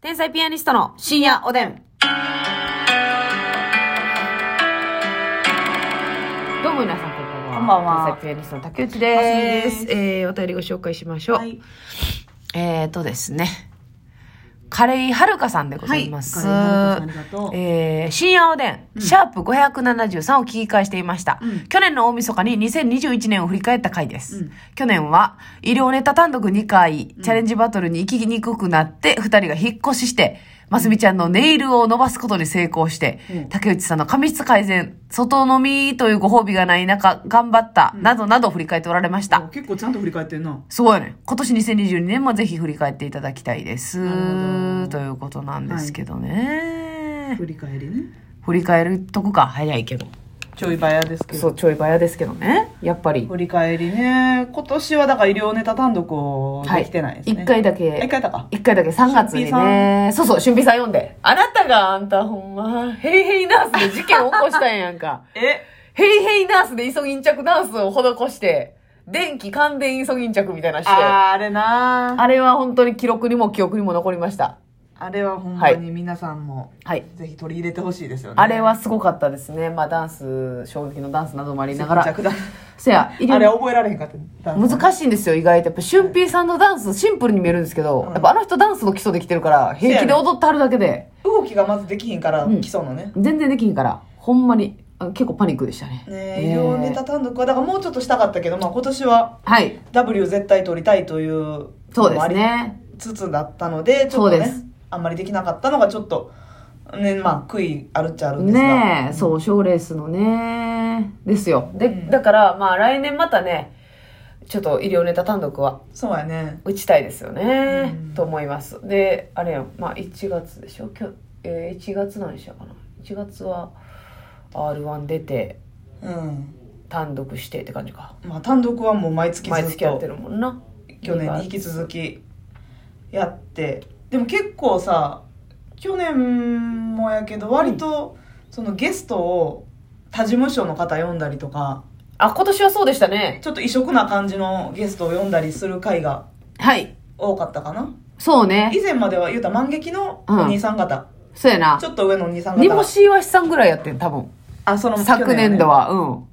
天才ピアニストの深夜おでん。どうも皆さん、こんばんは。こんばんは天才ピアニストの竹内でますす。みですえー、お便りご紹介しましょう。はい。えーとですね。カレイはるかさんでございます。はいカレイはるかさんありがとうえー、深夜おでん、シャープ573を聞き返していました。うん去年の大晦日に2021年を振り返った回です。うん去年は、医療ネタ単独2回、チャレンジバトルに行きにくくなって、2人が引っ越しして、ますみちゃんのネイルを伸ばすことに成功して、うん竹内さんの髪質改善、外飲みというご褒美がない中、頑張った、などなど振り返っておられました。もう結構ちゃんと振り返ってんな。すごいね。今年2022年もぜひ振り返っていただきたいですなるほ。とどいうことなんですけどね。振り返りね。振り返るとこが早いけど。ちょい早ですけそど。う、ちょい早ですけどね。やっぱり。振り返りね。今年はだから医療ネタ単独をできてないですね。一回だけ。あ一回だか。一回だけ3月に俊平。ね。そうそう、俊平さん読んで。あなたがあんたほんま、ヘリヘリナースで事件を起こしたんやんか えヘリヘリナースでイソギンチャクナースを施して、電気感電イソギンチャクみたいなして。あーあれなああれは本当に記録にも記憶にも残りました。あれはほんまはに皆さんも、はい。ぜひ取り入れてほしいですよね。あれはすごかったですね。まあダンス、衝撃のダンスなどもありながら。着弾、せや、医療あれ覚えられへんかった。難しいんですよ、意外と。やっぱ、俊平さんのダンス、シンプルに見えるんですけど、うんやっぱあの人ダンスの基礎できてるから、平気で踊ってはるだけで、動きがまずできひんから、ん基礎のね。全然できひんから、ほんまに、あ結構パニックでしたね。ねえ医療ネタ単独は、だからもうちょっとしたかったけど、まあ今年ははい。 W 絶対取りたいという、そうです。ね。つつだったので、ちょっとそうでねす、あんまりできなかったのがちょっと、ね、まあ、悔いあるっちゃあるんですが。ねえ、そう、賞レースのね、ですよ。で、うんだから、まあ来年またね、ちょっと医療ネタ単独はそうやね。打ちたいですよね、うんと思いますであれやんまあ1月でしょ今日、えー、1月何しようかな1月は r 1出てうん。単独してって感じかまあ、単独はもう毎月ずっと毎月やってるもんな去年に引き続きやって。でも結構さ、去年もやけど、割と、そのゲストを他事務所の方呼んだりとか、あ今年はそうでしたねちょっと異色な感じのゲストを呼んだりする回がはい多かったかな。そうね以前までは言うたら万劇のお兄さん方、そうやなちょっと上のお兄さん方煮が干しわしさんぐらいやってん多分あ、その昨年度は。は、うん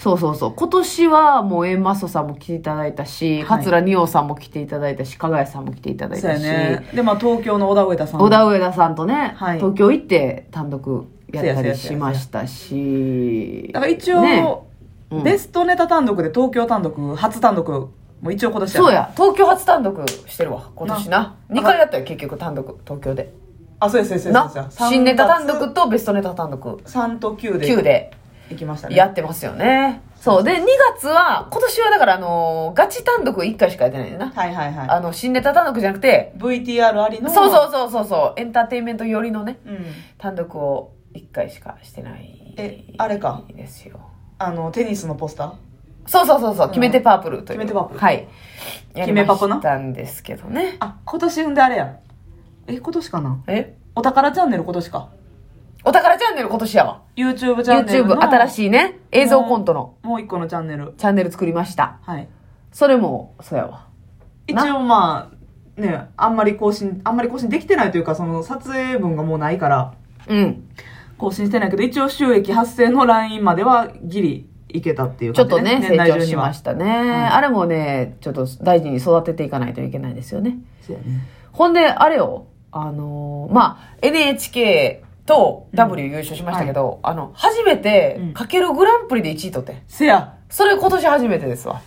そうそうそう今年はもう円マソさんも来ていただいたし、はい桂二葉さんも来ていただいたし加賀谷さんも来ていただいそうたやし、ね。で、まあ東京の小田上田さん。小田上田さんとね、はい東京行って単独やったりしましたしだから一応、ねうんベストネタ単独で東京単独、初単独、もう一応今年そうや。や東京初単独してるわ今年なな2回やったよ結局単独東京であ、そうやそうやそうやそうなや。新ネタ単独とベストネタ単独3と9で。 9で行きましたね。やってますよねそうで2月は今年はだからあのーガチ単独1回しかやってないんだよなはいはいはあの新ネタ単独じゃなくてい。VTR ありの。そうそうそうそうそうエンターテインメント寄りのねうん。単独を1回しかしてないえあれかですよあの、テニスのポスター。そうそうそうそう、決めてパープルという。決めてパープルはい。や決りめまパコなしたんですけどね。あ、今年んであれや。え、今年かなえお宝チャンネル今年か。お宝チャンネル今年やわ。 YouTube チャンネルの。 YouTube 新しいね、映像コントのい。もう一個のチャンネル。チャンネル作りました。はい。それも、そうやわ。一応まあねあんまり更新あんまり更新できてないというかその撮影分がもうないからうん。更新してないけど一応収益発生のラインまではギリいけたっていうちょ感っとじでね、成年内長中にしはましたね。あれもね、ちょっと大事に育てていかないといけないですよね。そうやねほんで、あれよ、あのーまあ、NHK と W 優勝しましたけど、あの、初めてうん、かけるグランプリで1位取ってん。せやそれ今年初めてですわ。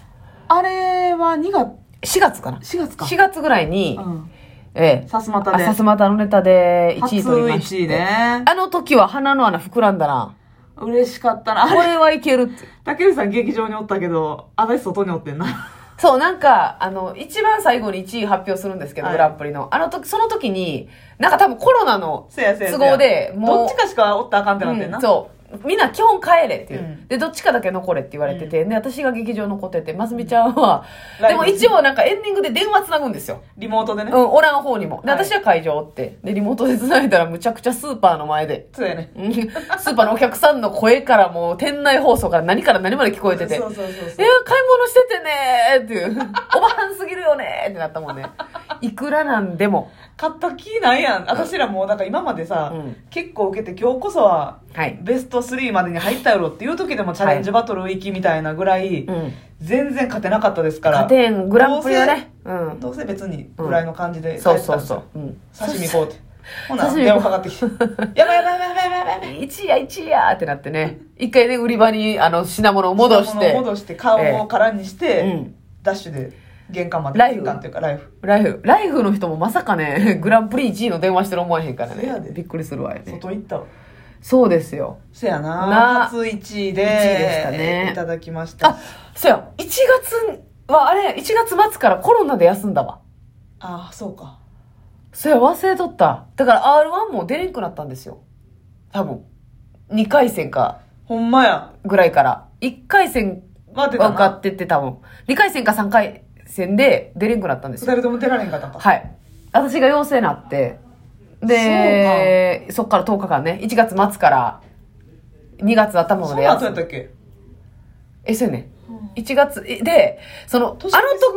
あれは2月4月かな。 4月か4月ぐらいに、うんええ、さすまたあでさすまたのネタで1初位取りまして1位ねあの時は鼻の穴膨らんだな。嬉しかったなこあれれはいけるって。竹内さん劇場におったけど私外におってんな そう、なんか、あの、一番最後に1位発表するんですけど、はいグランプリの。あの時、その時に、なんか多分コロナのせやせやせ都や合で、どもっうち、かしかおったらあかんってなってんうなんそう。みんな基本帰れっていう、うんで、どっちかだけ残れって言われてて、で、私が劇場残ってて、ますみちゃんは、ラでイブも一応なんかエンディングで電話つなぐんですよ。リモートでねうん、おらん方にも。で、はい私は会場おって。で、リモートで繋いだらむちゃくちゃスーパーの前で。そうやねうんスーパーのお客さんの声からもう店内放送から何から何まで聞こえてて。えそうそうそうそう買い物 しててねーっていう。おばはんすぎるよねーってなったもんね。いくらなんでも、買った気ないやん私らもうだから今までさ、うん結構受けて今日こそははいベスト3までに入ったやろっていう時でもチャレンジバトル行きみたいなぐらい、うん。全然勝てなかったですから家庭グランプリはね。うん。どうせ別にぐらいの感じで帰ったそんうですそようそう。うん。刺身行こうってほな刺身電行こ話うかかってきて「やばいやばいやばいやばいやばいやばい」一夜一夜ってなってね。一回ね、売り場に、あの、品物を戻し品て物を。戻して顔を空にして、うん。ダッシュで玄関までライフ玄関というかライフライフ、ライフの人もまさかね、グランプリ1位の電話してる思わへんからせやね。でびっくりするわよね。外行ったわそうですよ。せやなな初1位一位でしたでねいただきましたあ、そうや、1月は、あれ、1月末からコロナで休んだわ。あそうかそうや、忘れとった。だから R1 も出れんくなったんですよ。多分。2回戦か、ほんまやぐらいから。1回戦待ってた分かっなてって多分。2回戦か3回戦で出れんくなったんです二よ。人とも出られんかったんかはい。私が陽性になって、で、そっから10日間ね、1月末から2月頭まそでのや後やったっけえ、そうやね。1月、えで、その、あの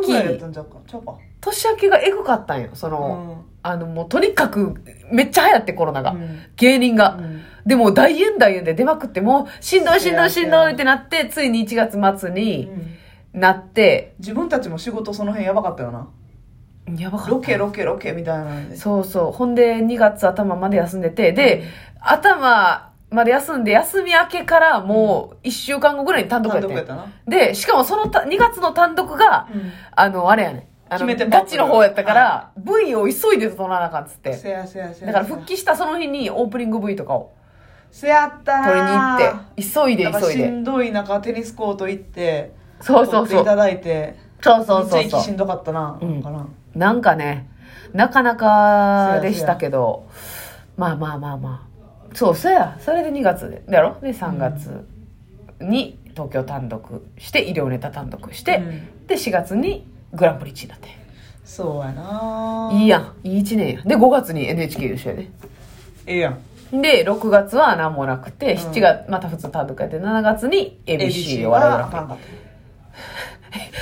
ぐらいやった時、んちゃうかちゃうか年明けがエグかったんよ。その、あの、もうとにかく、めっちゃ流行ってコロナが。うん芸人が。うんでも、大円大円で出まくって、もう、しんどいしんどいしんどいってなって、ついに1月末うにんなって、自分たちも仕事その辺やばかったよなやばかった。ロケロケロケみたいなんでそうそう。ほんで、2月頭まで休んでて、で、頭まで休んで、休み明けからもう1週間後ぐらいに単独や単って独やっんたなで、しかもそのた2月の単独が、うんあの、あれやねん。あ決のめてもらガってチるの方やったから、V を急いで撮らなあかんっつって。せやせやせやだから復帰したその日にオープニング V とかをせやった撮りに行なって、急いでなんか急いしで。んどい中テニスコート行ってそうそうそ。撮っていうただいてそうそうそめうっちゃそ息しんどかったな、うんなんかなう。なんかね、なかなかでしたけど、まあまあまあまあ。そう、そや。それで2月で、だろで、3月に東京単独して、医療ネタ単独して、うんで、4月にグランプリ1位になって。そうやないいやん。いい1年や。で、5月に NHK 優勝やね。ええやんで、6月は何もなくて、うん7月、また普通単独やって、7月に ABC を笑うはあわかんかっけ。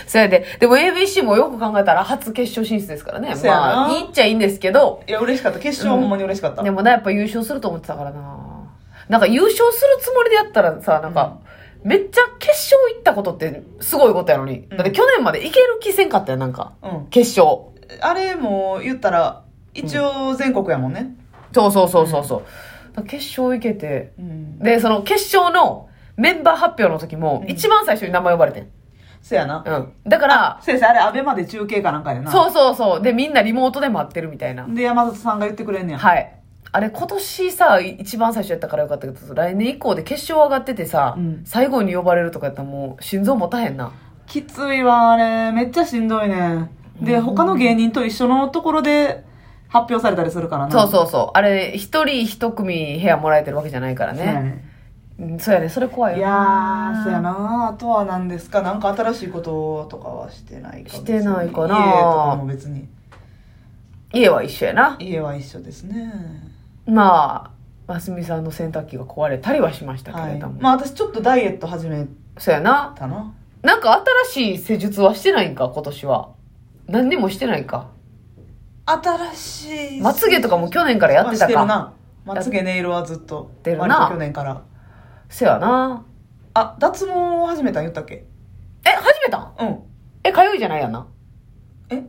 それで、でも ABC もよく考えたら初決勝進出ですからね。そうやなまあ、いいっちゃいいんですけど、たいや嬉しかった決勝はほんまに嬉しかった、でもな、やっぱ優勝すると思ってたからな。なんか優勝するつもりでやったらさ、なんか、めっちゃ決勝行ったことってすごいことやのに。うんだって去年まで行ける気せんかったよ、なんか。うん決勝。あれも言ったら一応全国やもんね、そうそうそうそうそう。だから決勝行けて。うん、で、その決勝のメンバー発表の時もう、ん一番最初に名前呼ばれてん。せやな、うん。だから、先生あれアベまで中継かなんかでなそうそうそう。で、みんなリモートで待ってるみたいな。で山里さんが言ってくれんねや、はい。あれ、今年さ、一番最初やったからよかったけど、来年以降で決勝上がっててさ、うん最後に呼ばれるとかやったらもう、心臓持たへんな。きついわあれめっちゃしんどいねで他の芸人と一緒のところで発表されたりするからなそうそうそう。あれ、一人一組部屋もらえてるわけじゃないからそうやね。ねうんそうやね。それ怖いよ。いやー、そうや。なあとは何ですかなんか新しいこととかはしてないかしてないかな別に家とかも別に。家は一緒やな。家は一緒ですね。まあ、ますみさんの洗濯機が壊れたりはしましたはけれい。ども。まあ私ちょっとダイエット始めそうやな。たな。なんか新しい施術はしてないんか、今年は。何にもしてないか。新しい。まつげとかも去年からやってたまあしてるか。な。まつげネイルはずっと。てるな割と去年から。せやな。あ、脱毛を始めたん言ったっけえ、始めたんうん。え、かゆいじゃないやんな。え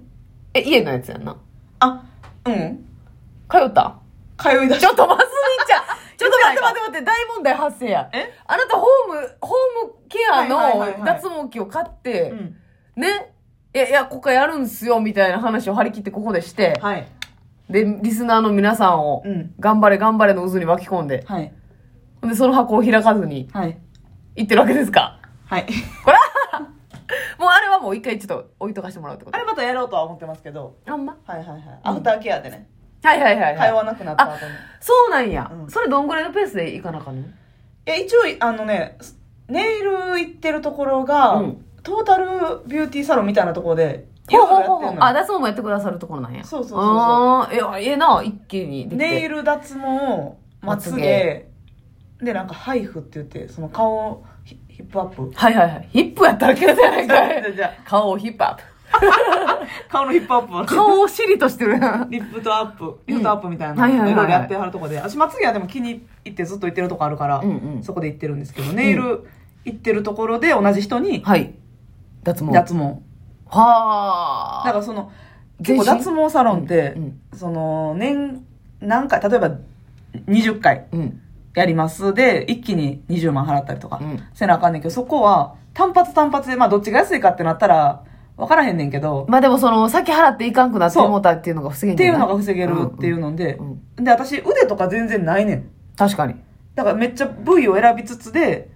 え、家のやつやんな。あ、うん。通ったん通い出しちょっとますみちゃん。ちょっと待って 言待っってて待って、大問題発生や。えあなたホーム、ホームケアはいはいはいはのい脱毛器を買ってう、ん。ね。いやいや、ここやるんすよ、みたいな話を張り切ってここでして、はい。で、リスナーの皆さんをうん、頑張れ頑張れの渦に巻き込んで、はい。ほんで、その箱を開かずにはい。行ってるわけですかはい。 こらもうあれはもう一回ちょっと置いとかしてもらうってこあとれまたやろうとは思ってますけど。あんまはいはいはい。アフターケアでね。はいはいはい通はわい。なくなった後に。いそうなんや、うんそれどんぐらいのペースでいかなあかんのや、一応、あのね、ネイル行ってるところが、うんトータルビューティーサロンみたいなところで、いほうろほういろほうほやってんう。のあ、よ。脱毛もやってくださるところなんや。そうそうそうそうあーえええな、一気にできて。ネイル、脱毛、まつまつげげ、で、なんか、ハイフって言って、その顔、ヒヒップアップ。はいはいはい。ヒップやったらけじゃないじゃかあじゃあい。じゃ顔をヒップアップ。あ顔のヒップアップは顔をしりとしてるなリップとアップ、リップとアップみたいな、はいはいはいはいろいろやってはるとこで、私まつげはでも気に入ってずっと行ってるとこあるから、うんうんそこで行ってるんですけど、ネイル行ってるところで同じ人にはい脱毛脱毛。はあだからその、全結身構脱毛サロンって、うんその、年、何回、例えば20回うんやりますで、一気に20万払ったりとか、うんせなあかんねんけど、そこは単発単発で、まあどっちが安いかってなったら、分からへんねんけど、まあでもその先払っていかんくなってもうたっていうのが防げんってねいんうなのが防げるっていうので、うんうんで、私腕とか全然ないねん。確かにだからめっちゃ部位を選びつつで、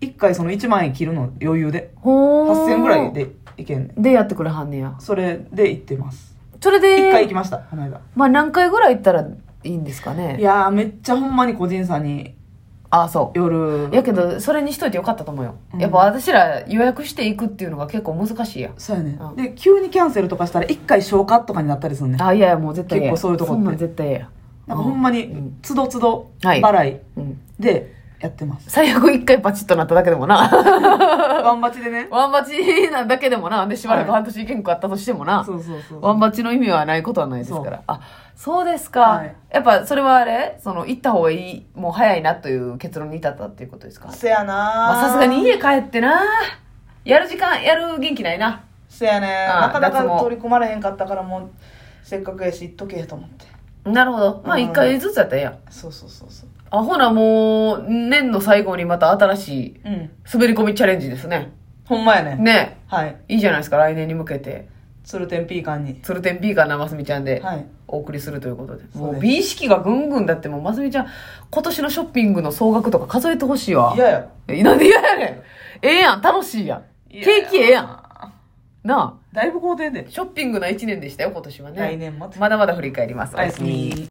一回その1万円切るの余裕で。ほー8000ぐらいでいけんねん。でやってくれはんねやそれで行ってます。それ一で回行きました、この間。まあ何回ぐらい行ったらいいんですかねいやー、めっちゃほんまに個人差にああそう夜やけどそれにしといてよかったと思うよ、うんやっぱ私ら予約していくっていうのが結構難しいやんそうやねうんで急にキャンセルとかしたら一回消化とかになったりするねんなんかあいやいやもう絶対ええ結構そういうとこってそんなん絶対ええやほんまうにんつどつどは払いいうん、でやってます、最悪一回パチッとなっただけでも な ワンバチでねワンバチなんだけでもなでしばらくはい半年意見があったとしてもな、そうそうそうワンバチの意味はないことはないですからあそうですか、はいやっぱそれはあれその行った方がいいもう早いなという結論に至ったっていうことですかせやなまあさすがにい家帰ってなやる時間やる元気ないなせやねあなかなか脱毛取り込まれへんかったからもうせっかくやし行っとけと思ってなるほどまあうん一回ずつやったらええやんそうそうそうそうあほなもう年の最後にまた新しいうん滑り込みチャレンジですねほんまやねねはいいいじゃないですか来年に向けて鶴天ピーカンに鶴天 B かなますみちゃんではいお送りするということで、そうもでうす美意識がぐんぐんだってもうますみちゃん今年のショッピングの総額とか数えてほしいわいややえなんで嫌やねんええやん楽しいやん景気ええやんんなだいぶ好転であショッピングの1年でしたよ今年はね来年またまだまだ振り返りますおやすみに